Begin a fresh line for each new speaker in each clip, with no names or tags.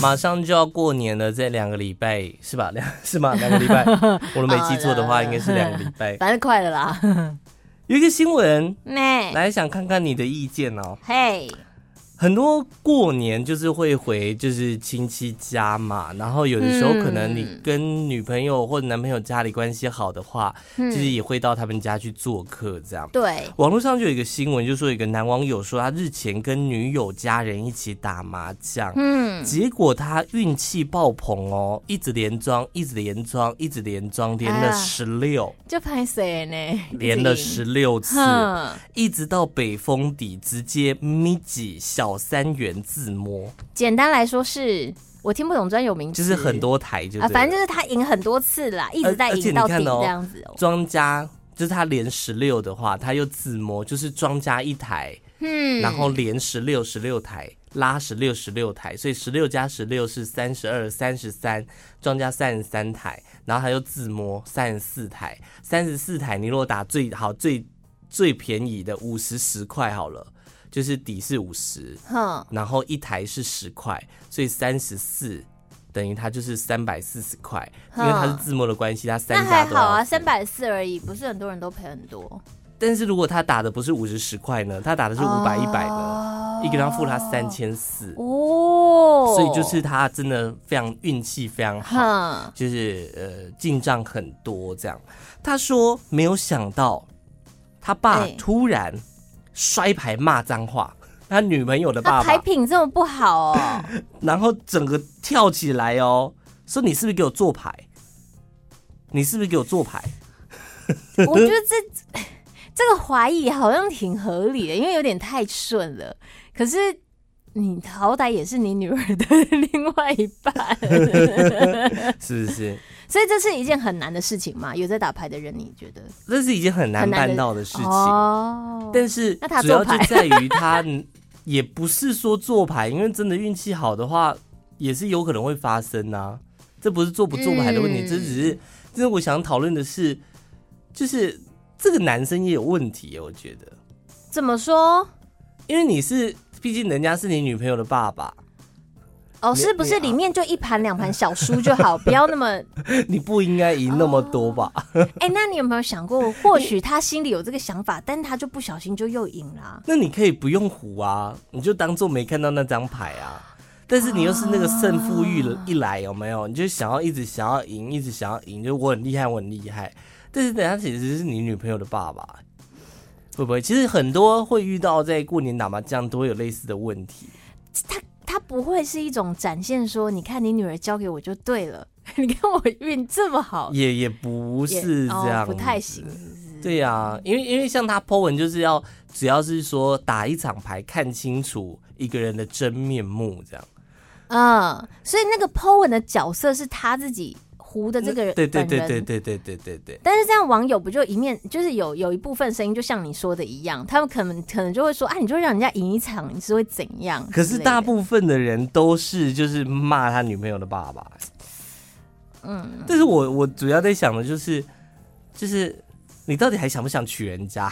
马上就要过年了，这两个礼拜是吧？两 是吗？两个礼 拜，我都没记错的话，应该是两个礼拜。
反正快了啦。
有一个新闻，
妹，
来想看看你的意见哦。
嘿，
很多过年就是会回就是亲戚家嘛，然后有的时候可能你
嗯
跟女朋友或者男朋友家里关系好的话，
嗯
就是也会到他们家去做客这样。
对，
网络上就有一个新闻，就说有一个男网友说他日前跟女友家人一起打麻将，
嗯，
结果他运气爆棚哦，一直连庄，一直连庄，一直连庄，连了
啊
十六、
就拍谁呢？
连了十六次，
哼，
一直到北风底，直接咪几小三元自摸，
简单来说是我听不懂专有名词，
就是很多台就对了
啊，反正就是他赢很多次啦，一直在
而且
赢
你
到
看
底
哦
这样子哦。
庄家。就是他连十六的话，他又自摸，就是庄家一台，
嗯，
然后连十六十六台拉十六十六台，所以十六加十六是三十二、三十三，庄家三十三台，然后还有自摸三十四台，三十四台你如果打最好最最便宜的五十十块好了，就是底是五十，
哼，
然后一台是十块，所以三十四。等于它就是三百四十块，因为它是自摸的关系，它
哦那
三家
还
都
好啊，
要。
三百四而已，不是很多人都赔很多，
但是如果他打的不是五十十块呢，他打的是五百一百呢，
哦
一个人要付他三千四。
哦，
所以就是他真的非常运气非常好，
哼，
就是呃进账很多这样。他说没有想到，他爸
哎
突然摔牌骂脏话，他女朋友的
他
爸
啊牌
爸，
品这么不好哦，
然后整个跳起来哦，说你是不是给我做牌？你是不是给我做 牌？
我觉得这这个怀疑好像挺合理的，因为有点太顺了。可是你好歹也是你女儿的 另外一 半，
是不是？
所以这是一件很难的事情嘛？有在打牌的人，你觉得
这是已经很难
很难的
办到的事情。
哦，
但是
那他
主要
做
就
牌
在于他也不是说做牌，因为真的运气好的话，也是有可能会发生啊。这不是做不做牌的问题，
嗯
这只是，这是我想讨论的是，就是这个男生也有问题耶，我觉得，
怎么说？
因为你是，毕竟人家是你女朋友的爸爸，
哦，
你
是不是
你啊
里面就一盘两盘小输就好，不要 那么……
你不应该赢那么多吧？
哎、那你有没有想过，或许他心里有这个想法，但他就不小心就又赢了啊、
那你可以不用胡啊，你就当做没看到那张牌啊。但是你又是那个胜负欲
啊
了一来，有没有？你就想要一直想要赢，一直想要赢，就我很厉害，我很厉害。但是等下其实是你女朋友的爸爸，会不会？其实很多会遇到在过年打麻将都会有类似的问题。
他不会是一种展现说，你看你女儿交给我就对了， 你看我运这么好，
也也不
也
是这样、
哦，不太行。
对呀、因为因为像他 po 文就是要，只要是说打一场牌，看清楚一个人的真面目这样。
嗯，所以那个 Po 文的角色是他自己胡的这个人，
呃对对
本
对
人
对对对对对对。
但是这样网友不就一面就是有有一部分声音，就像你说的一样，他们可能可能就会说啊，你就让人家赢一场，你是会怎样？
可是大
分
部分的人都是就是骂他女朋友的爸爸、嗯，但是我我主要在想的就是，就是你到底还想不想娶人家？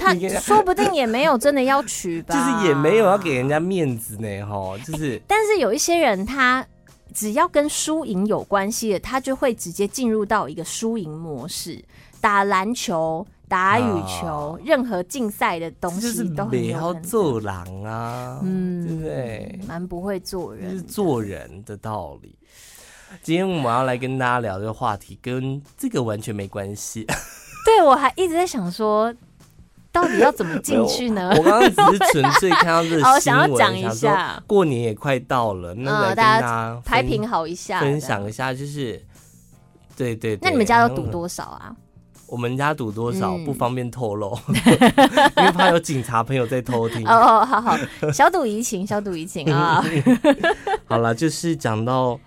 他
你给
说不定也没有真的要娶
就
吧，
是也没有要给人家面子呢，哈，就是
但是有一些人他。只要跟输赢有关系的，他就会直接进入到一个输赢模式，打篮球、打羽球，任何竞赛的东
啊这就
西
是
哎都很
美
有
好
可能
做郎啊，
嗯
对不对？
蛮不会做
就是
人。
做人的道理。今天我们要来跟大家聊这个话题，跟这个完全没关系。
对我还一直在想说，到底要怎么进去 呢？
我刚刚只是纯粹看到这
哦
个新
想要
闻，
讲一
想说
下
过年也快到了，那
嗯
来跟
大
大
家
家
排
分
平好一下，
分享一下，就是对对对。
那你们家都
然
赌
后
多少啊？
我们家赌多少、
嗯
不方便透 露，因为怕有警察朋友在偷听。
哦哦，好好，小赌怡情，小赌怡情 啊，
好了，就是讲到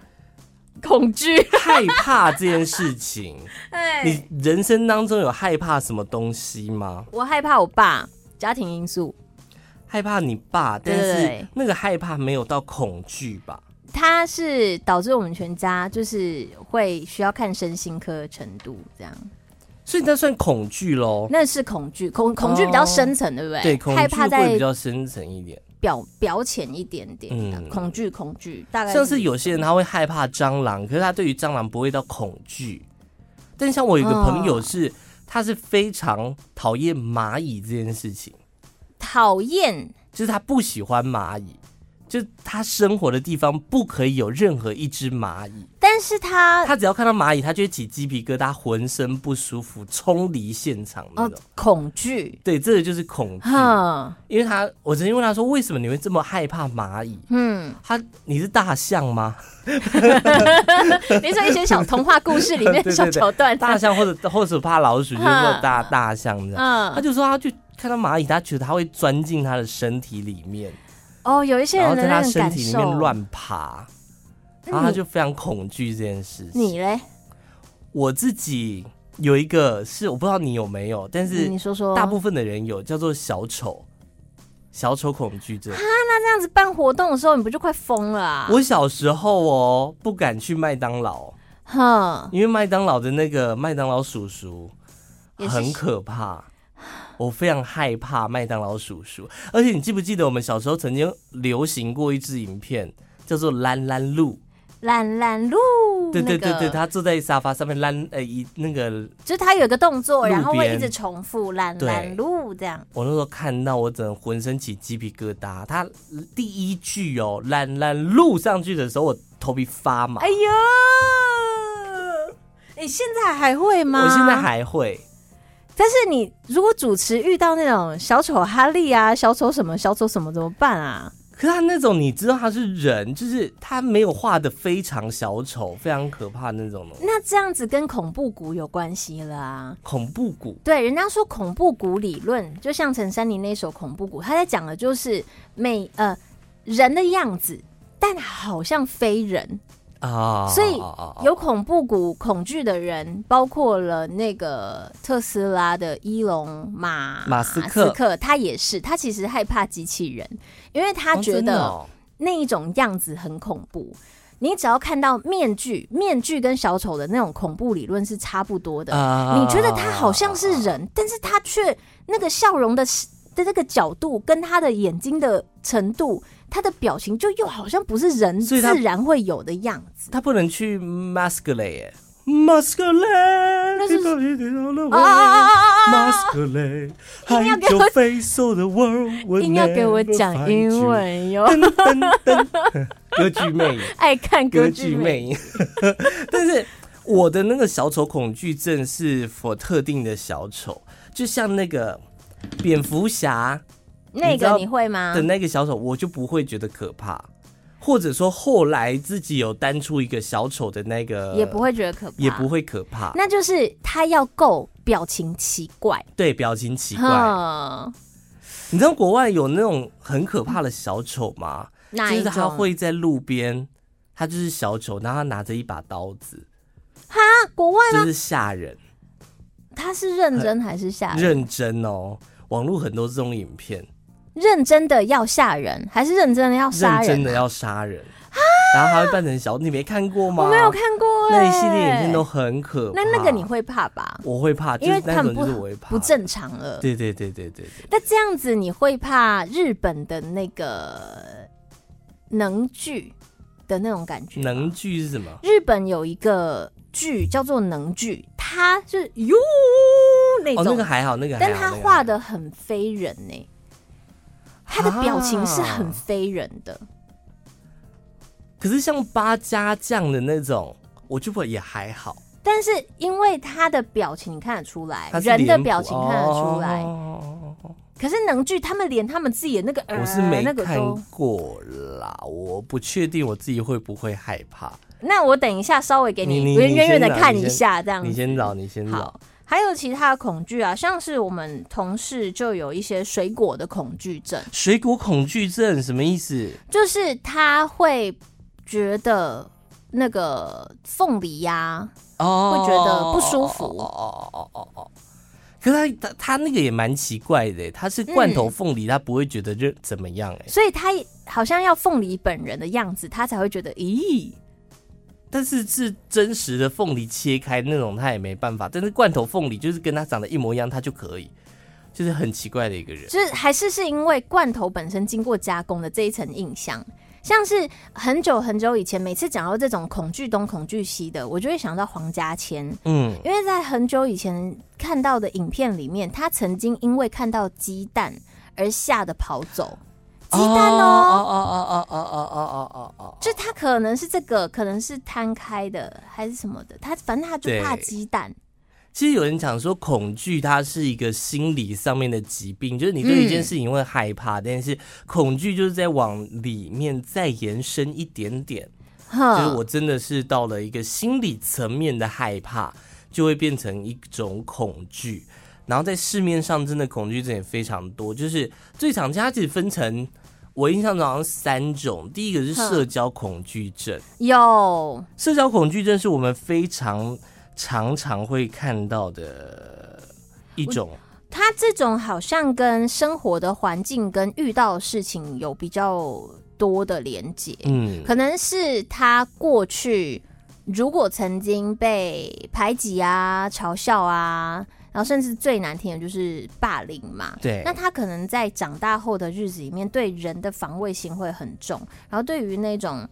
恐惧。
害怕这件事情，
哎，
你人生当中有害怕什么东西吗？
我害怕我爸家庭因素，
害怕你爸，但是
对
那个害怕没有到恐惧吧？
他是导致我们全家就是会需要看身心科的程度，这样
所以那算恐惧喽。
那是恐惧，恐恐惧比较深层，对不对？
哦对，恐
哎害
惧
怕
会
在
比较深层一点。
表表浅一点点的、
嗯
恐惧，恐惧大概
像是有些人他会害怕蟑螂，可是他对于蟑螂不会到恐惧。但像我有一个
嗯
朋友是，他是非常讨厌蚂蚁这件事情，
讨厌
就是他不喜欢蚂蚁，就他生活的地方不可以有任何一只蚂蚁。
但是他
他只要看到蚂蚁，他就会起鸡皮疙瘩，浑身不舒服，冲离现场那
哦
种。
恐惧，
对，这个就是恐惧。
哼，
因为他，我曾经问他说，为什么你会这么害怕蚂蚁？
嗯，
他，你是大象吗？
你说一些小童话故事里面 的
对对
小
对
桥段，
大象或者或者怕老鼠，就是说大大象这样。他
嗯，
就说他就看到蚂蚁，他觉得它会钻进他的身体里面，
哦，有一些
然后
人的
在他
那种
身
感
体里
受，
面乱爬，
那
然后他
你
就非常恐惧这件事情。
你嘞？
我自己有一个是我不知道你有没有，但是
你说说，
大部分的人有，叫做小丑，小丑恐惧症。
那这样子办活动的时候，你不就快疯了啊？
我小时候哦，不敢去麦当劳，
哼，
因为麦当劳的那个麦当劳叔叔
也是
很可怕，我非常害怕麦当劳叔叔。而且你记不记得我们小时候曾经流行过一支影片，叫做《蓝蓝路》？
懒懒路，
对对对
嗯那
对，
个
他坐在沙发上面蓝呃一那个，
就是他有一个动作，
路
然后会一
边
直重复懒
对
懒路这样。
我那时候看到我整个浑身起鸡皮疙瘩。他第一句哦，蓝蓝路上去的时候，我头皮发麻。
哎呦，你现在还会吗？
我现在。还会，
但是你如果主持遇到那种小丑哈利啊、小丑什么、小丑什么怎么办啊？
可是他那种你知道他是人，就是他没有画的非常小丑，非常可怕那种的
那这样子跟恐怖谷有关系了啊。
恐怖谷。
对，人家说恐怖谷理论，就像陈珊妮那首《恐怖谷》，他在讲的就是每呃人的样子，但好像非人。
啊，
所以
啊啊啊
有恐怖谷恐惧的人，包括了那个特斯拉的伊隆马
马斯克
他也是，他其实害怕机器人，因为他
哦
觉
真的
得
哦
那一种样子很恐怖。你只要看到面具，面具跟小丑的那种恐怖理论是差不多的。
啊
你觉得他好像是人，但是他却那个笑容的的这个角度，跟他的眼睛的程度，他的表情就又好像不是人
所
自
以他
然会有的样子。
啊他不能去 masquerade 耶 masquerade，
那是
people in the world
啊啊啊啊啊啊！
masquerade，
硬要
hide
给我
your face so the world will
硬要给我
never
讲
find
英
you
文哟，
噔噔噔， 歌剧魅影，
爱看歌
歌
剧
剧
魅。
魅影。 但是我的那个小丑恐惧症是否特定的小丑，就像那个蝙蝠侠，
那
你知道
个你会吗
的？那个小丑，我就不会觉得可怕，或者说后来自己有单出一个小丑的那个，
也不会觉得可怕，
也不。会可怕，
那就是他要够表情奇怪，
对，表情奇怪。
哼，
你知道国外有那种很可怕的小丑吗？
哪
就
一
是他
种？
会在路边，他就是小丑，然后他拿着一把刀子，
啊，国外吗？
就是吓人，
他是认真还是吓人？
认真哦。网络很多这种影片，
认真的要吓人，还是认真的要哦杀
认
人？啊
真的要杀人，然后他会扮成小，你没看过吗？
我没有看过、欸，
那一系列影片都很可怕。
那那个你会怕吧？
我会怕，
因为
就是
他
那
们
种
不
就是我会怕
不。正常了。
对对对对对对，
那这样子你会怕日本的那个能剧的那种感觉？
能。剧是什么？
日本有一个剧叫做能剧，它是哟那
哦，
种，
那个还好，那个还
但
好。
它
那个
画
还
的很非人呢、他的表情是很非人的，
啊好，可是像八家将的那种，我就会也还好。
但是因为他的表情看得出来
它，是
哎人
脸
的
谱
表情看得出来，
哦
可是能剧他们连他们自己的那个呃，
我是没
那个
看
都。
过啦，我不确定我自己会不会害怕。
那我等一下稍微给
你
你
你
远
你
远远的
先来
看
你
一
先
下，这样
你
子
先找，你先找
好。。还有其他的恐惧啊，像是我们同事就有一些水果的恐惧症，
水果恐惧症什么意思？
就是他会觉得那个凤梨呀、
哦
会觉得不舒服
哦哦哦哦哦。可是他他他那个也蛮奇怪的，他是罐头凤梨，他不会觉得热怎么样哎，
所以他好像要凤梨本人的样子，他才会觉得咦，
但是是真实的凤梨切开那种他也没办法，但是罐头凤梨就是跟它长得一模一样，他就可以。就是很奇怪的一个人。
就是还是是因为罐头本身经过加工的这一层印象，像是很久很久以前，每次讲到这种恐惧东恐惧西的，我就会想到黄家千，
嗯，
因为在很久以前看到的影片里面，他曾经因为看到鸡蛋而吓得跑走。鸡蛋
哦哦
哦，
哦哦哦哦哦哦哦，
就他可能是这个，可能是摊开的还是什么的，他反正他就怕
对
鸡蛋。
其实有人讲说，恐惧它是一个心理上面的疾病，就是你对一件事情会害怕，但是恐惧就是在往里面再延伸一点点，就
哼
是我真的是到了一个心理层面的害怕，就会变成一种恐惧。然后在市面上真的恐惧症也非常多，就是最常见它其实分成。我印象中好像三种，第一个是
哼
社交恐惧症，
有
社交恐惧症是我们非常常常会看到的一种，
他这种好像跟生活的环境跟遇到的事情有比较多的连接，
嗯，
可能是他过去如果曾经被排挤啊、嘲笑啊，然后甚至最难听的就是霸凌嘛。
对
那他可能在长大后的日子里面，对人的防卫心会很重，然后对于那种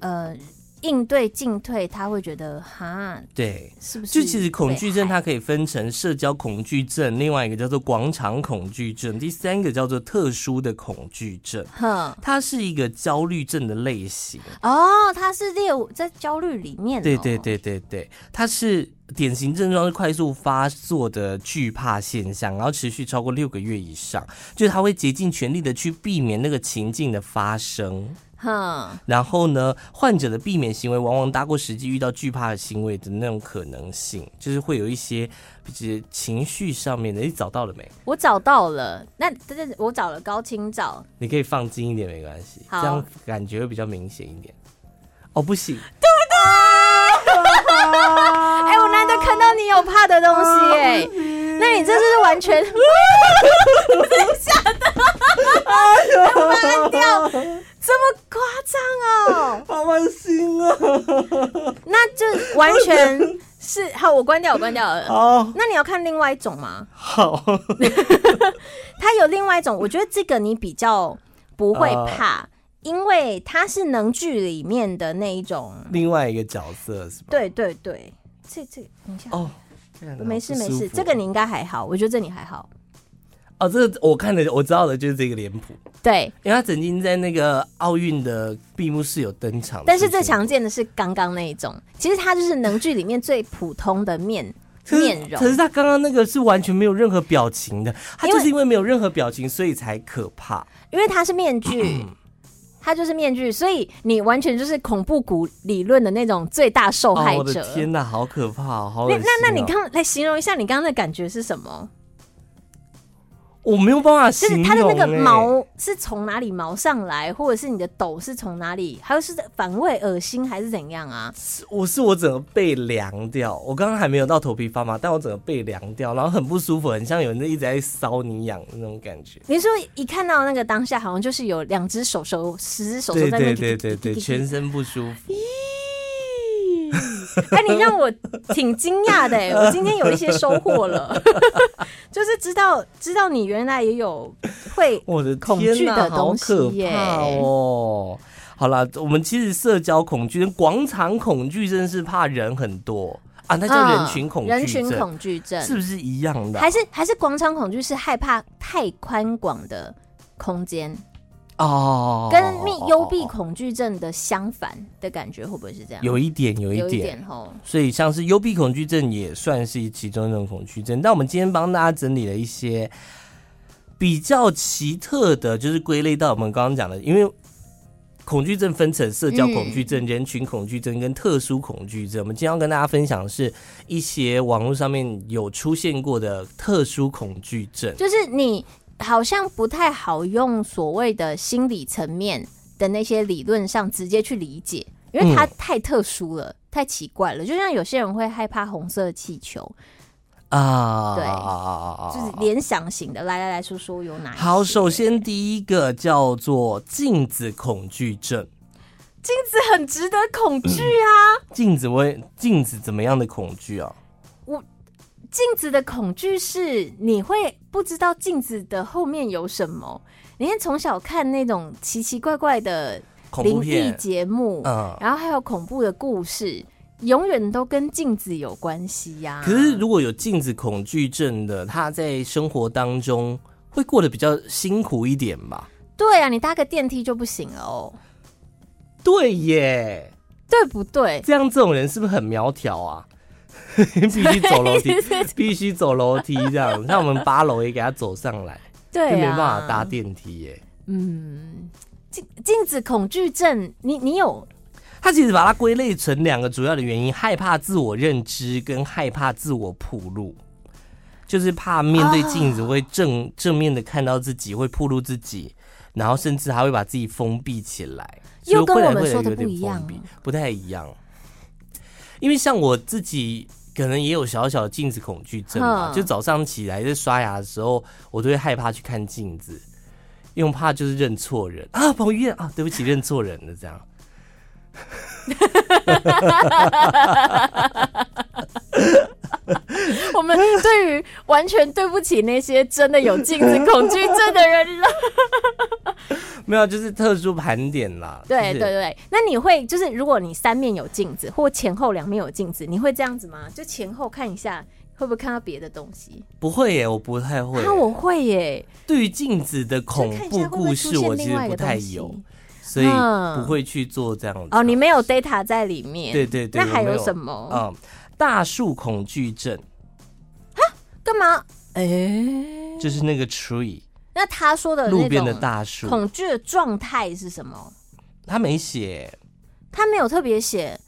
呃应对进退，他会觉得哈，
对。
是不是
就
哎被害？
其实恐惧症它可以分成社交恐惧症，另外一个叫做广场恐惧症，第三个叫做特殊的恐惧症。
哼。
它是一个焦虑症的类型，
哦，他是列入在焦虑里面、哦。
对对，对对对，它是典型症状是快速发作的惧怕现象，然后持续超过六个月以上，就是它会竭尽全力的去避免那个情境的发生。
哼，
然后呢，患者的避免行为往往大过实际遇到惧怕的行为的那种可能性，就是会有一些就是情绪上面的。你找到了没？
我找到了，那这这我找了高清照，
你可以放近一点，没关系，这
好
样感觉会比较明显一点。哦，不行，
哎、我难得看到你有怕的东西、哎，那你这是完全，我被吓到，我把它按掉，这么夸张哦，
好恶心啊！
那就完全是好，我关掉，我关掉了。
哦，
那你要看另外一种吗？
好，
它有另外一种，我觉得这个你比较不会
呃
怕，因为它是能剧里面的那一种。
另外一个角色是吧？
对对对，这这等一下，
哦，天哪
没事
好
没
不舒
事，
服
这个你应该还好，我觉得这你还好。
哦，这个我看的我知道的就是这个脸谱，
对，
因为他曾经在那个奥运的闭幕式有登场，
但是最
不
常见的是刚刚那一种，其实它就是能剧里面最普通的面
可是
面
可是
容。
他刚刚那个是完全没有任何表情的，他
因
就
为
是因为没有任何表情，所以才可怕。
因为它是 面具，它就是面具，所以你完全就是恐怖谷理论的那种最大受
哦，
害
我
者。
的天哪，好可怕，好恶
那
心、哦
那那你，刚来形容一下你刚刚的感觉是什么？
我没有办法形
就是
容、欸。
它的那个毛是从哪里毛上来，或者是你的抖是从哪里，还有是反胃、恶心还是怎样啊？
我是我整个被凉掉，我刚刚还没有到头皮发麻，但我整个被凉掉，然后很不舒服，很像有人一直在搔你痒的那种感觉。
你说一看到那个当下，好像就是有两只手手、十只手手
对
在那
对对
边
对对，全身不舒服。
哎，你让我挺惊讶 的哎，我今天有一些收获了， 就是知道知道你原来也有会
我的
恐
天
惧
呐
的
好
东
可
西耶
怕哦！好啦，我们其实社交恐惧、广场恐惧症是怕人很多啊，那叫人群恐惧
嗯
症，
人群恐惧症，
是不是一样的啊？
还是还是广场恐惧是害怕太宽广的空间。
哦，
跟密幽闭恐惧症的相反的感觉，会不会是这样？
有一点，有一
有一
点。
点吼，
所以，像是幽闭恐惧症也算是其中一种恐惧症。但我们今天帮大家整理了一些比较奇特的，就是归类到我们刚刚讲的，因为恐惧症分成社交恐惧症、人群恐惧症跟特殊恐惧症。我们今天要跟大家分享的是一些网络上面有出现过的特殊恐惧症。
就是你好像不太好用所谓的心理层面的那些理论上直接去理解，因为它
嗯
太特殊了，太奇怪了。就像有些人会害怕红色气球，
啊，
对
啊啊啊
就是联想型的。来来来说说有哪一些？
好，首先第一个叫做镜子恐惧症。
镜子很值得恐惧啊，
镜子会镜子怎么样的恐惧啊？
镜子的恐惧是你会不知道镜子的后面有什么。你看从小看那种奇奇怪怪的
恐怖
灵异
片，
节目，
嗯。
然后还有恐怖的故事，永远都跟镜子有关系呀、
可是如果有镜子恐惧症的，他在生活当中会过得比较辛苦一点吧？
对啊，你搭个电梯就不行了哦，
对耶，
对不对？
这样这种人是不是很苗条啊？ 必须走楼 梯，必须走楼梯这样，像我们八楼也给他走上来，
对、
就
啊，
没办法搭。电梯耶。
嗯，镜镜子恐惧症，你你有
他其实把它归类成两个主要的原因：害怕自我认知跟害怕自我铺路，就是怕面对镜子会正、
啊
正面的看到自己，会铺路自己，然后甚至还会把自己封闭起来，
又跟
所以
我们
会来
说
会来
的
有点
不一样
封闭，不太一样。因为像我自己。可能也有小小的镜子恐惧症吧，
哼
就早上起来在刷牙的时候，我都会害怕去看镜子，因为我怕就是认错人啊，彭于晏啊，对不起，认错人了这样。
我们对于完全对不起那些真的有镜子恐惧症的人了。
没有，就是特殊盘点啦。
对
就是
对对，那你会就是如果你三面有镜子，或前后两面有镜子，你会这样子吗？就前后看一下，会不会看到别的东西？
不会耶，我不太会。
啊，我会耶，
对于镜子的
就
恐
看一
怖
下会不
故
会
事，
出
我
现
其
另
实
外一
不
个
太
东西。
有，所以
嗯
不会去做这样子。
哦，你没有 data 在里面。
对对对，
那还
我没
有
有
什？么？
嗯，大树恐惧症
干嘛？哎、
就是那个 tree
那他说的
路
嗯那
边的
种
大树，
恐惧的状态是什么？
他没写。
他没有特别写，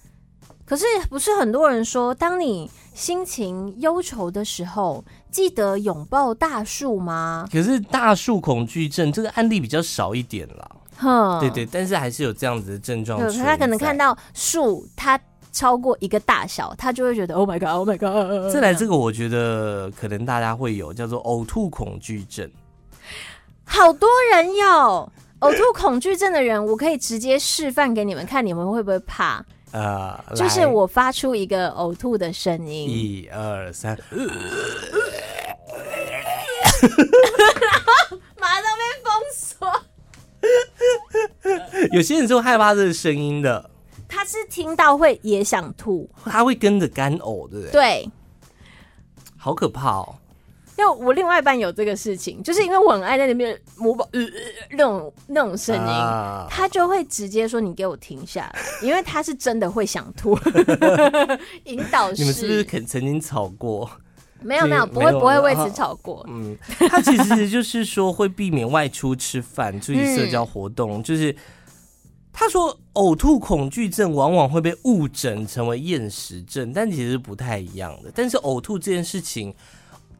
可是不是很多人说，当你心情忧愁的时候，记得拥抱大树吗？
可是大树恐惧症这个案例比较少一点啦。
哼，
对对，但是还是有这样子的症状
对，
存
可
在。
是嗯他可能看到树，它超过一个大小，他就会觉得 Oh my God，Oh my God。
再来这个，我觉得可能大家会有叫做呕吐恐惧症。
好多人有呕吐恐惧症的人，我可以直接示范给你们看，你们会不会怕？
呃，
就是
来
我发出一个呕吐的声音，
一二三，
马上被封锁。
有些人就害怕这个声音的，
他是听到会也想吐，
他会跟着干呕，对不对？
对，
好可怕哦！
因为我另外一半有这个事情，就是因为我很爱在那边模仿、呃、呃那种那种声音，
啊
他就会直接说：“你给我停下 来。”因为他是真的会想吐。引导
你们是不是
师
肯曾经吵过？
没有没有
没有
不会不会
啊
为此吵过，
嗯，他其实就是说会避免外出吃饭、出席社交活动，就是他说呕吐恐惧症往往会被误诊成为厌食症，但其实不太一样的。但是呕吐这件事情，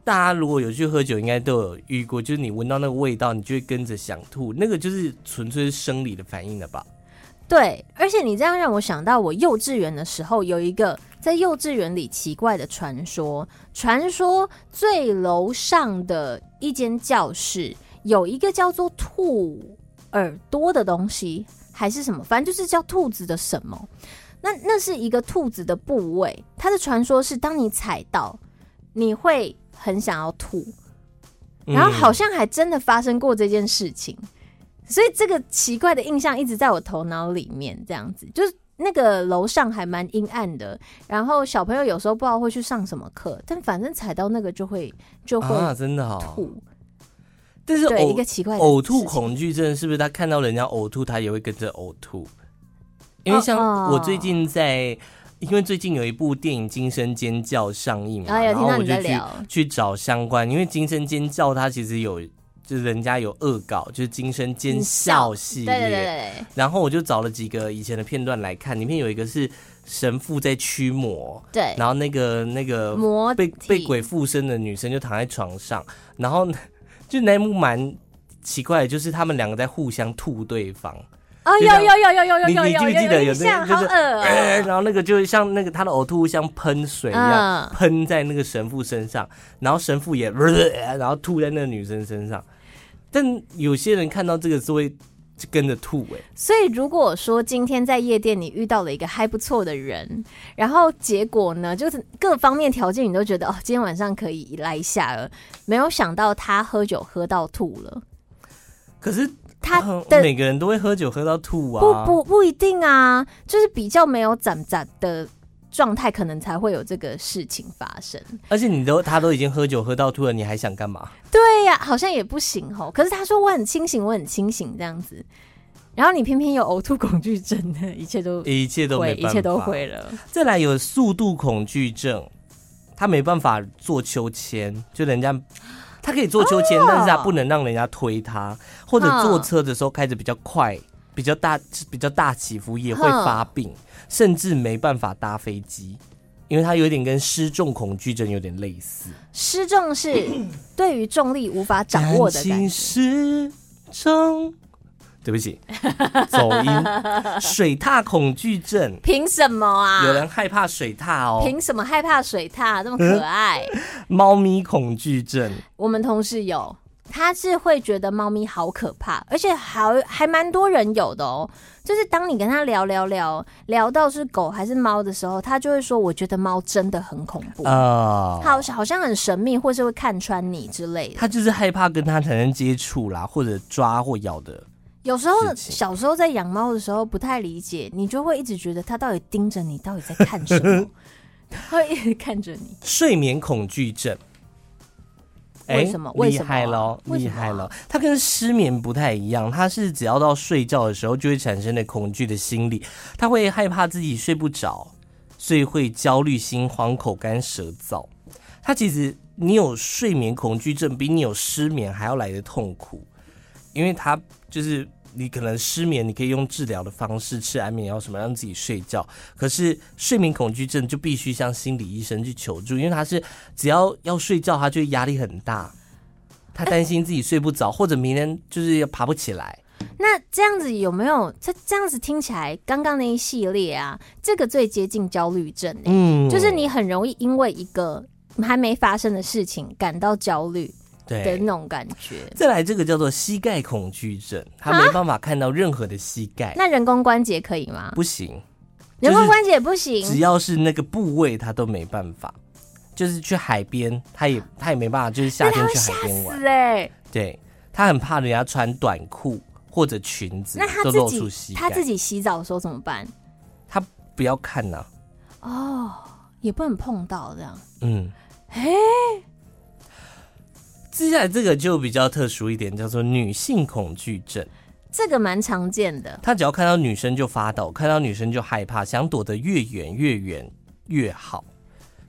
大家如果有去喝酒，应该都有遇过，就是你闻到那个味道，你就会跟着想吐，那个就是纯粹是生理的反应了吧？
对，而且你这样让我想到，我幼稚园的时候有一个在幼稚园里奇怪的传说，传说最楼上的一间教室有一个叫做兔耳朵的东西，还是什么，反正就是叫兔子的什么。那那是一个兔子的部位，它的传说是当你踩到，你会很想要吐，然后
嗯
好像还真的发生过这件事情，所以这个奇怪的印象一直在我头脑里面，这样子就是。那个楼上还蛮阴暗的，然后小朋友有时候不知道会去上什么课，但反正踩到那个就会就会
啊，真的哦。
吐，
但是
对一个
呕
奇怪的
呕吐
事情
恐惧症是不是他看到人家呕吐，他也会跟着呕吐？因为像
哦
我最近在，因为最近有一部电影《惊声尖叫》上映嘛，
啊有
然后
听到
我
你在
就去
聊
去找相关，因为《惊声尖叫》它其实有就是人家有恶搞，就是《惊声尖笑》系
对
列，
对对对
然后我就找了几个以前的片段来看，里面有一个是神父在驱魔，
对
然后那个那个
对，魔
被被
体
鬼附身的女生就躺在床上，然后 呢就那一幕蛮奇怪的，就是他们两个在互相吐对方，
哦，
就这
有
样
有有有有有
你
有
你记不
有
记得有
印
那
象，
个
好
就是
恶哦
呃然后那个就像那个他的呕吐物像喷水一样、
嗯
喷在那个神父身上，然后神父 也、呃然后吐在那个女生身上，但有些人看到这个是会就跟着吐哎、
所以如果说今天在夜店你遇到了一个还不错的人，然后结果呢，就是各方面条件你都觉得哦，今天晚上可以来一下了，没有想到他喝酒喝到吐了，
可是
他
嗯
的
每个人都会喝酒喝到吐
不
啊，
不不一定啊，就是比较没有攒攒的状态，可能才会有这个事情发生。
而且你都他都已经喝酒喝到吐了，你还想干嘛？
对呀、好像也不行吼。可是他说我很清醒，我很清醒这样子，然后你偏偏有呕吐恐惧症的，一切都
一切都
毁，
没
一
办法，
切都。毁了。
再来有速度恐惧症，他没办法做秋千，就人 家他可以做秋千，
哦
但是他不能让人家推他，或者
嗯
坐车的时候开得比较快，比较大比较大起伏也会
嗯
发病，甚至没办法搭飞机，因为他有点跟失重恐惧症有点类似。
失 重是对于重力无法掌握的
感情
感觉。
是张，对不起，走音， 水獭恐惧症。
凭什么
有
啊？
人害怕水獭哦，
凭什么害怕水獭这么可 爱？
猫咪恐惧症，
我们同事有，他是会觉得猫咪好可怕，而且好还蛮多人有的哦。就是当你跟他聊聊聊聊到是狗还是猫的时候，他就会说：“我觉得猫真的很恐怖。
啊，
好，好像很神秘，或是会看穿你之类的。
他就是害怕跟它产生接触啦，或者抓或咬的。
有时候
事情
小时候在养猫的时候不太理解，你就会一直觉得它到底盯着你，到底在看什 么，它会一直看着你。
睡眠恐惧症，
为什么
诶
为
厉
什么啊
害喽，
为什
厉
么啊
害喽！它跟失眠不太一样，它是只要到睡觉的时候就会产生的恐惧的心理，它会害怕自己睡不着，所以会焦虑、心慌、口干舌燥。它其实你有睡眠恐惧症，比你有失眠还要来的痛苦，因为它就是你可能失眠，你可以用治疗的方式吃安眠药什么让自己睡觉，可是睡眠恐惧症就必须向心理医生去求助，因为他是只要要睡觉，他就压力很大，他担心自己睡不着，或者明天就是爬不起来。
那这样子有没有？这这样子听起来，刚刚那一系列啊，这个最接近焦虑症、欸
嗯
就是你很容易因为一个还没发生的事情感到焦虑的
对。
那种感觉。
再来这个叫做膝盖恐惧症，他没办法看到任何的膝盖，
那人工关节可以吗？
不行，就
人工
是
关节不行，
只要是那个部位他都没办法。就是去海边，他也他也没办法，就是夏
那啊他
天
会
去
吓
海边玩。
死哎、
对他很怕人家穿短裤或者裙子
那他
都
自
露出
己
膝
他
盖，
自己洗澡的时候怎么办？
他不要看啊呐、
哦，也不能碰到这样。
嗯，
哎
接下来这个就比较特殊一点，叫做女性恐惧症。
这个蛮常见的，
她只要看到女生就发抖，看到女生就害怕，想躲得越远越远越好，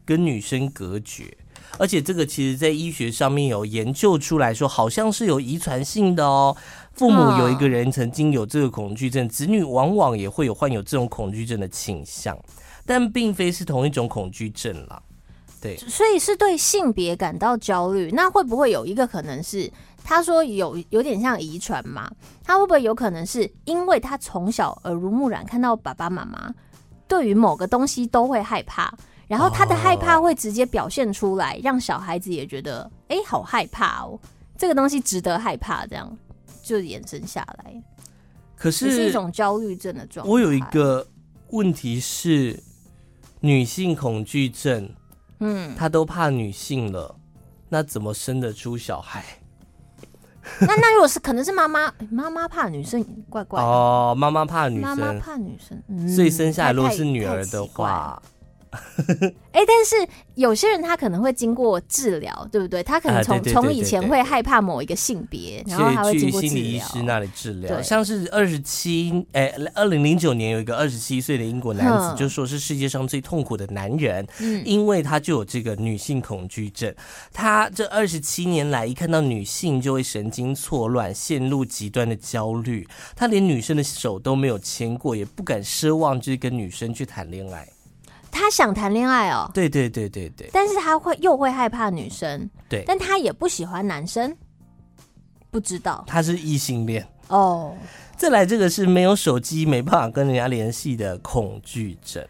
跟女生隔绝。而且这个其实在医学上面有研究出来说，好像是有遗传性的哦。父母有一个人曾经有这个恐惧症，子女往往也会有患有这种恐惧症的倾向，但并非是同一种恐惧症啦。对，
所以是对性别感到焦虑。那会不会有一个可能是，他说有有点像遗传嘛？他会不会有可能是因为他从小耳濡目染，看到爸爸妈妈对于某个东西都会害怕，然后他的害怕会直接表现出来，让小孩子也觉得，哎、好害怕哦，这个东西值得害怕，这样就延伸下来，
可
只
是
是一种焦虑症的状态。
我有一，个问题是，女性恐惧症，
嗯，
她都怕女性了，那怎么生得出小孩？
那那如果是可能是妈妈，哎妈妈怕女生怪怪的，
哦，妈妈怕女
妈妈
生，
怕女生，嗯
所以生下来
太
如果
太
是女儿
太
的
奇怪了
话，
哎、但是有些人他可能会经过治疗，对不对？他可
啊
能
对
从
对
从、
对
以
对
前
对
会害怕某一个性别，然后他
所
会
以
经
去
过
心
治
理医师
疗。
那里治疗。
对
像是二十七，哎，二零零九年有一个二十七岁的英国男子，
嗯
就说是世界上最痛苦的男人，
嗯
因为他就有这个女性恐惧症。他这二十七年来，一看到女性就会神经错乱，陷入极端的焦虑。他连女生的手都没有牵过，也不敢奢望就是跟女生去谈恋爱。
他想谈恋爱哦，
对对对对对，
但是他会又会害怕女生，
对
但他也不喜欢男生，不知道
他是异性恋。
哦。
再来，这个是没有手机没办法跟人家联系的恐惧症。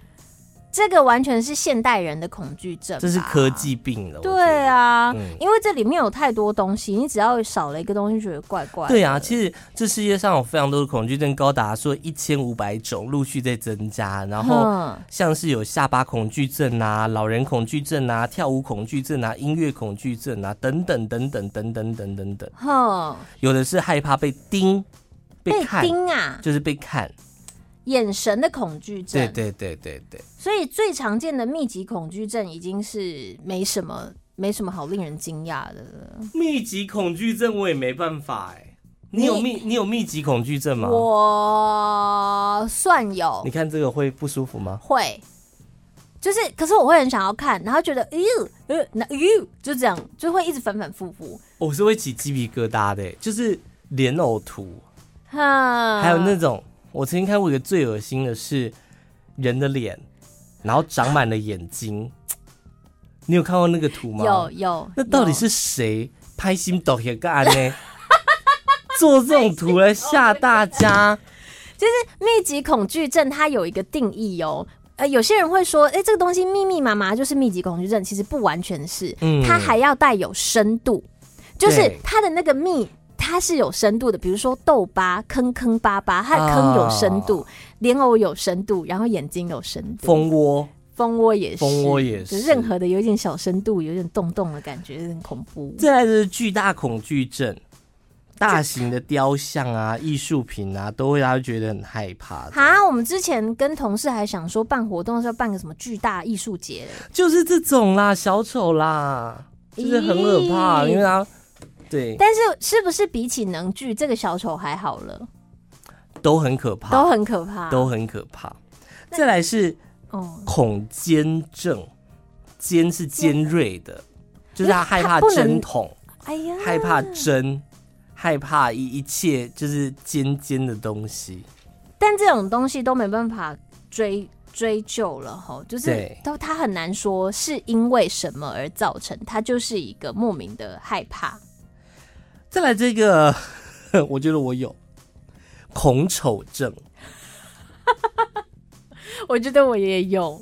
这个完全是现代人的恐惧症，
这是科。技病了。我觉
对
得，
啊，
嗯
因为这里面有太多东西，你只要少了一个东西，就觉得怪怪的。
对啊，其实这世界上有非常多的恐惧症，高达说一千五百种，陆续在增加。然后
嗯
像是有下巴恐惧症啊、老人恐惧症啊、跳舞恐惧症啊、音乐恐惧症啊，等等等等等等等等等。
哼，
有的是害怕被盯、
被
看，
盯啊，
就是被看。
眼神的恐惧症。
对对对对对。
所以最常见的密集恐惧症已经是没什么没什么好令人惊讶的了。
密集恐惧症我也没办法哎、你有密你有密集恐惧症吗？
我算有
你看这个会不舒服吗？
会，就是可是我会很想要看，然后觉得哎呦呃那哎呦就这样，就会一直反反复复。
哦我是会起鸡皮疙瘩的欸、就是莲藕图，
哈，
还有
嗯
那种我曾经看过一个最恶心的是人的脸，然后长满了眼睛。你有看过那个图吗？
有。有，
那到底
有
是谁拍心抖也干呢？做这种图来吓大家？
密集恐惧症它有一个定义哦。呃，有些人会说，哎、这个东西密密麻麻就是密集恐惧症，其实不完全是，
嗯
它还要带有深度，就是
对
它的那个密。它是有深度的，比如说痘疤、坑坑巴巴，它的坑有深度，莲藕有深度，然后眼睛有深度，
啊蜂窝
蜂窝也是，
蜂窝也是
就任何的有一点小深度，有点洞洞的感觉，有点恐怖。
再来就是巨大恐惧症，大型的雕像啊、艺术品啊，都会让他觉得很害怕。
哈，我们之前跟同事还想说办活动的时候办个什么巨大艺术节嘞，
就是这种啦，小丑啦，就是很可怕，
咦
因为他对
但是是不是比起能剧，这个小丑还好了，
都很可
都
怕，
很可怕。
都很可怕。再来是
哦，
恐尖症，尖是尖锐的，就是他害怕
他不能
针筒，
哎呀，
害怕针，害怕一一切就是尖尖的东西。
但这种东西都没办法追追究了吼，就是
对
都他很难说是因为什么而造成，他就是一个莫名的害怕。
再来这个， 我觉得我有恐丑症。
我觉得我也有，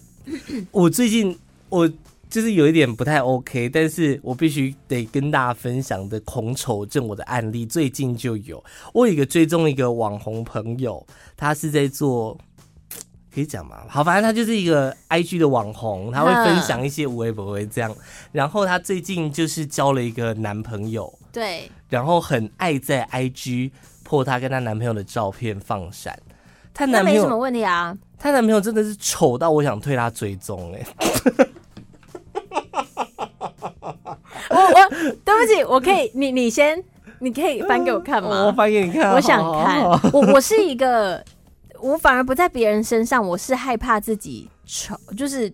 我最近我就是有一点不太 OK，但是我必须得跟大家分享的恐丑症我的案例，最近就有。我有一个追踪一个网红朋友，他是在做。可以讲吗？好，反正他就是一个 IG 的网红，他会
嗯
分享一些无微不微这样。然后他最近就是交了一个男朋友，
对，
然后很爱在 IG 破她跟她男朋友的照片放闪。她
那
男朋
没什么
友，
问题啊。
她男朋友真的是丑到我想退她追踪哎、
我我 对不起，我可以，你你先，你可以翻给我看吗？
哦我翻给你看，哦
我想
好
看
好好，
我我是一个，我反而不在别人身上，我是害怕自己丑，就是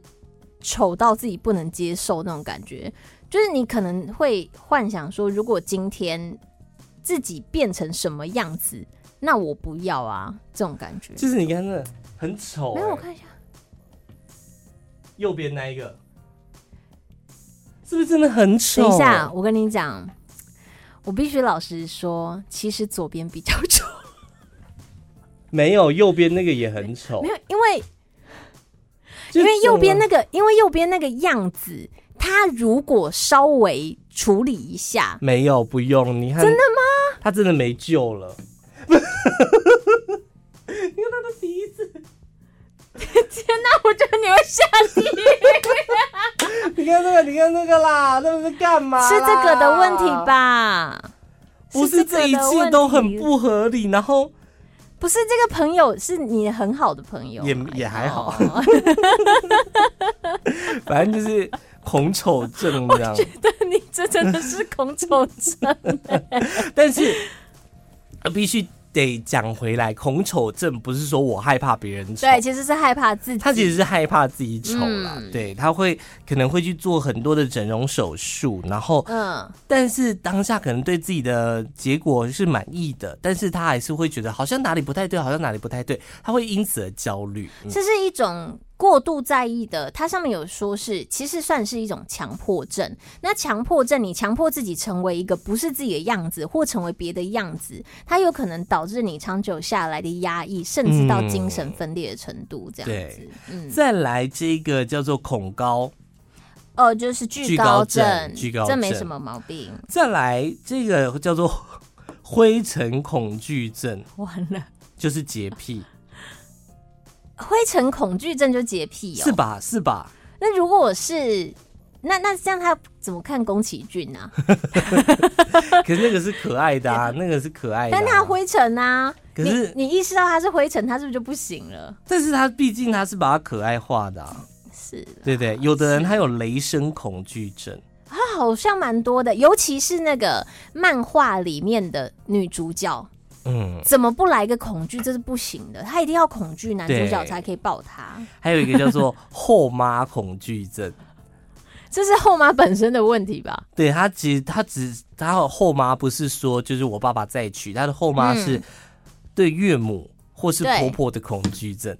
丑到自己不能接受那种感觉。就是你可能会幻想说，如果今天自己变成什么样子，那我不要啊，这种感觉。
就是你看那很丑、
没有，我
欸，
看一下，
右边那一个，是不是真的很丑？
等一下，，我跟你讲，我必须老实说，其实左边比较丑，
没有，右边那个也很丑
没，有，因为
就
因为右边
整
那个，因为右边那个样子，他如果稍微处理一 下，
没有不用，你看真的吗？他真的没救了。 你看他的鼻子，
那我觉得你会下地狱。
你看这个，你看这个啦，那是干嘛啦？
是这个的问题吧？
不是这一
个的问
切
题
都很，不合理，然后
不是这个朋友是你很好的朋友啊，
也也还好
哎呦
反正就是恐丑 症这样。
但 你这真的是恐 丑症，
但是呃必须得讲回来，恐丑症不是说我害怕别人丑，
对，其实是害怕自己。
他其实是害怕自己丑啦。
嗯
对，他会可能会去做很多的整容手术，然后
嗯，
但是当下可能对自己的结果是满意的，但是他还是会觉得好像哪里不太对，好像哪里不太对，他会因此而焦虑。嗯
这是一种过度在意的，它上面有说是，其实算是一种强迫症。那强迫症，你强迫自己成为一个不是自己的样子，或成为别的样子，它有可能导致你长久下来的压抑，甚至到精神分裂的程度，这样子
嗯对。
嗯，
再来这个叫做恐高，
哦，就是惧
惧
高
高
症，
症惧高
这没
症
什么毛病。
再来这个叫做灰尘恐惧症，
完了，
就是洁癖，
灰尘恐惧症就洁癖哦。
是吧？是吧？
那如果我是，那那这样他怎么看宫崎骏啊？
可是那个是可爱的 啊，那个是可爱的、啊。
但他，灰尘啊，
可是
你你意识到他是灰尘，他是不是就不行了？
但是他毕竟他是把它可爱化的、啊，
是啊啦，
对不对？有的人他有雷声恐惧症，
他好像蛮多的，尤其是那个漫画里面的女主角，
嗯，
怎么不来个恐惧？这是不行的，她一定要恐惧男主角
对
才可以抱她。
还有一个叫做后妈恐惧症。
这是后妈本身的问 题吧？
对他其实他只他的后妈不是说就是我爸爸再娶，他的后妈是对岳母或是
嗯对
婆婆的恐惧症。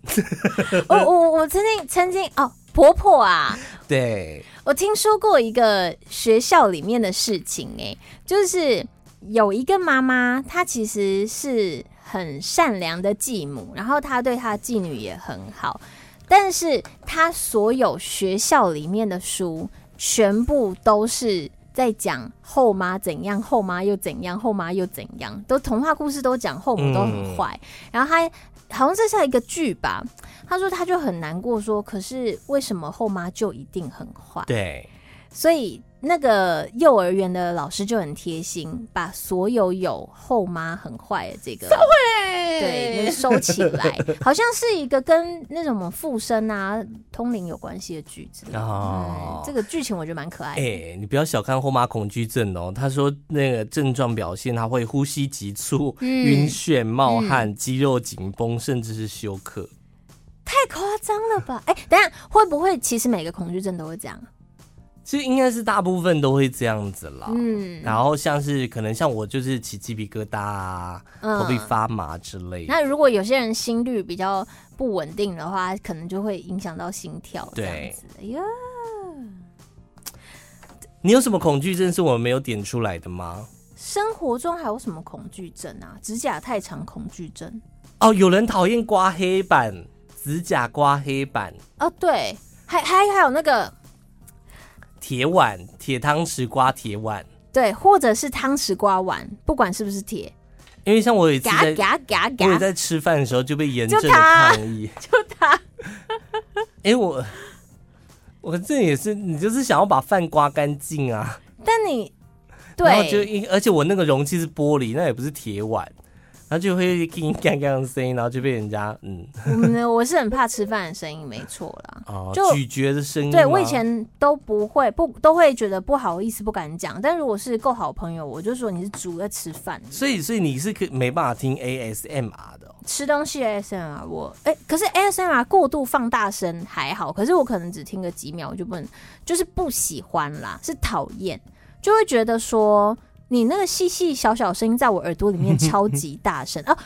我哦我我曾经曾经哦，婆婆啊，
对，
我听说过一个学校里面的事情、哎，就是有一个妈妈，她其实是很善良的继母，然后她对她的继女也很好，但是她所有学校里面的书全部都是。在讲后妈怎样，后妈又怎样，后妈又怎样，都童话故事都讲后母都很坏，然后她好像这是一个剧吧，她说她就很难过说可是为什么后妈就一定很坏？
对，
所以那个幼儿园的老师就很贴心，把所有有后妈很坏的这个对就是收起来，好像是一个跟那种附身啊、通灵有关系的句子。
哦
嗯，这个剧情我觉得蛮可爱
哎、
的。
你不要小看后妈恐惧症哦。他说那个症状表现，他会呼吸急促、
嗯
晕眩、冒汗、肌肉紧绷，甚至是休克。
太夸张了吧？哎、等一下会不会其实每个恐惧症都会这样？
其实应该是大部分都会这样子啦。
嗯，
然后像是可能像我就是起鸡皮疙瘩啊，
嗯
头皮发麻之类的。
那如果有些人心率比较不稳定的话，可能就会影响到心跳这样子。哎呀，
你有什么恐惧症是我们没有点出来的吗？
生活中还有什么恐惧症啊？指甲太长恐惧症
哦，有人讨厌刮黑板，指甲刮黑板，
哦，对，还还还有那个
铁碗、铁汤匙刮铁碗。
对，或者是汤匙刮碗，不管是不是铁，
因为像我有一次
嘎
在，
嘎嘎
我有
嘎，
在吃饭的时候就被严正
就
的
他
抗议。
就 它。
哎、我我这也是，你就是想要把饭刮干净啊。
但你
然后就
对，
一，而且我那个容器是玻璃，那也不是铁碗，然后就会叮叮当当的声音，然后就被人家嗯
我们呢， 我是很怕吃饭的声音，没错啦。
哦
就
咀嚼的声音吗。
对，我以前都不会，不都会觉得不好意思，不敢讲。但如果是够好朋友，我就说你是猪在吃饭，
所以所以你是可以没办法听 ASMR 的哦、
吃东西 ASMR 我哎、可是 ASMR 过度放大声还好，可是我可能只听个几秒我就不能，就是不喜欢啦，是讨厌，就会觉得说你那个细细小小声音在我耳朵里面超级 大声哦、哦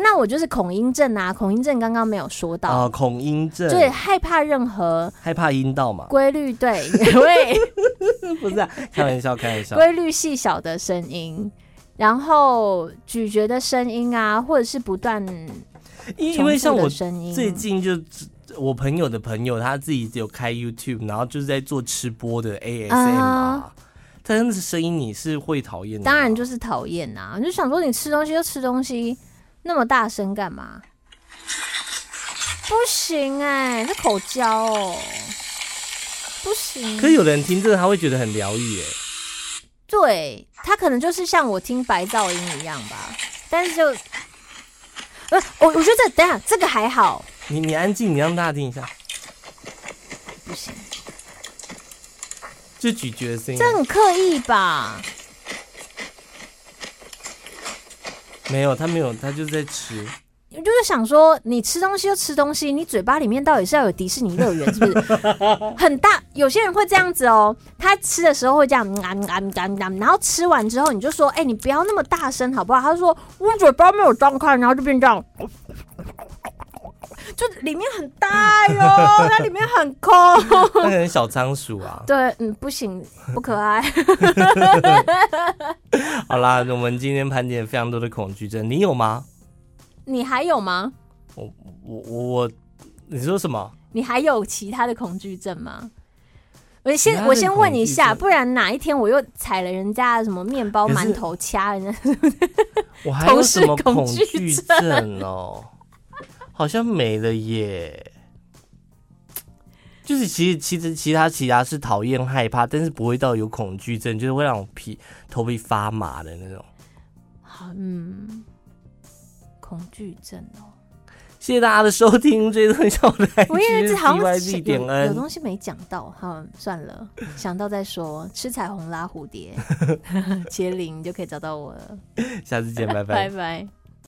那我就是恐音症啊，恐音症刚刚没有说
啊、
到，
恐音症，
就是害怕任何
害怕阴道 嘛？
规律 对对
不是、啊，开玩笑，开玩笑。
规律细小的声音。然后咀嚼的声音啊，或者是不断
因因
重
为像
复
我
的声音，
最近就我朋友的朋友，他自己有开 YouTube，然后就是在做吃播的 ASMR，
啊
但是那声音你是会讨厌的吗，
当然就是讨厌呐，就想说你吃东西就吃东西，那么大声干嘛？不行哎、这口交哦，不行。
可是有的人听这个他会觉得很疗愈，哎，
对他可能就是像我听白噪音一样吧，但是就，呃，我我觉得这等一下这个还好，
你你安静，你让大家听一下，
不行，
就咀嚼的声音啊，
这很刻意吧？
没有，他没有，他就是在 吃，
我就是想说，你吃东西就吃东西，你嘴巴里面到底是要有迪士尼乐园，是不是？很大，有些人会这样子哦，他吃的时候会这样，嗯啊嗯啊嗯啊嗯啊然后吃完之后你就说，哎、你不要那么大声好不好？他就说我嘴巴没有张开，然后就变这样，就里面很大哟，它里面很空。
那可能小仓鼠啊。
对，嗯，不行，不可爱。
好啦，我们今天盘点非常多的恐惧症，你有吗？
你还有吗？
我我我我，你说什么？
你还有其他的恐惧症吗？我
其他
先
的
我先问一
恐惧
下，
症
不然哪一天我又踩了人家的什么面包、
可是
馒头，掐人家，
我还有什么
同
恐
事恐
惧
惧
症哦？好像没了耶。就是其实其实其他其他是讨厌害怕，但是不会到有恐惧症，就是会让我皮头皮发麻的那种。
好嗯，恐惧症哦。
谢谢大家的收听，追踪一下我的 IG
我也是好像
CYZ 点
有有
N。
东西没讲到，好算了，想到再说。吃彩 虹拉蝴蝶，杰林你就可以找到我了，
下次见，拜拜
拜。拜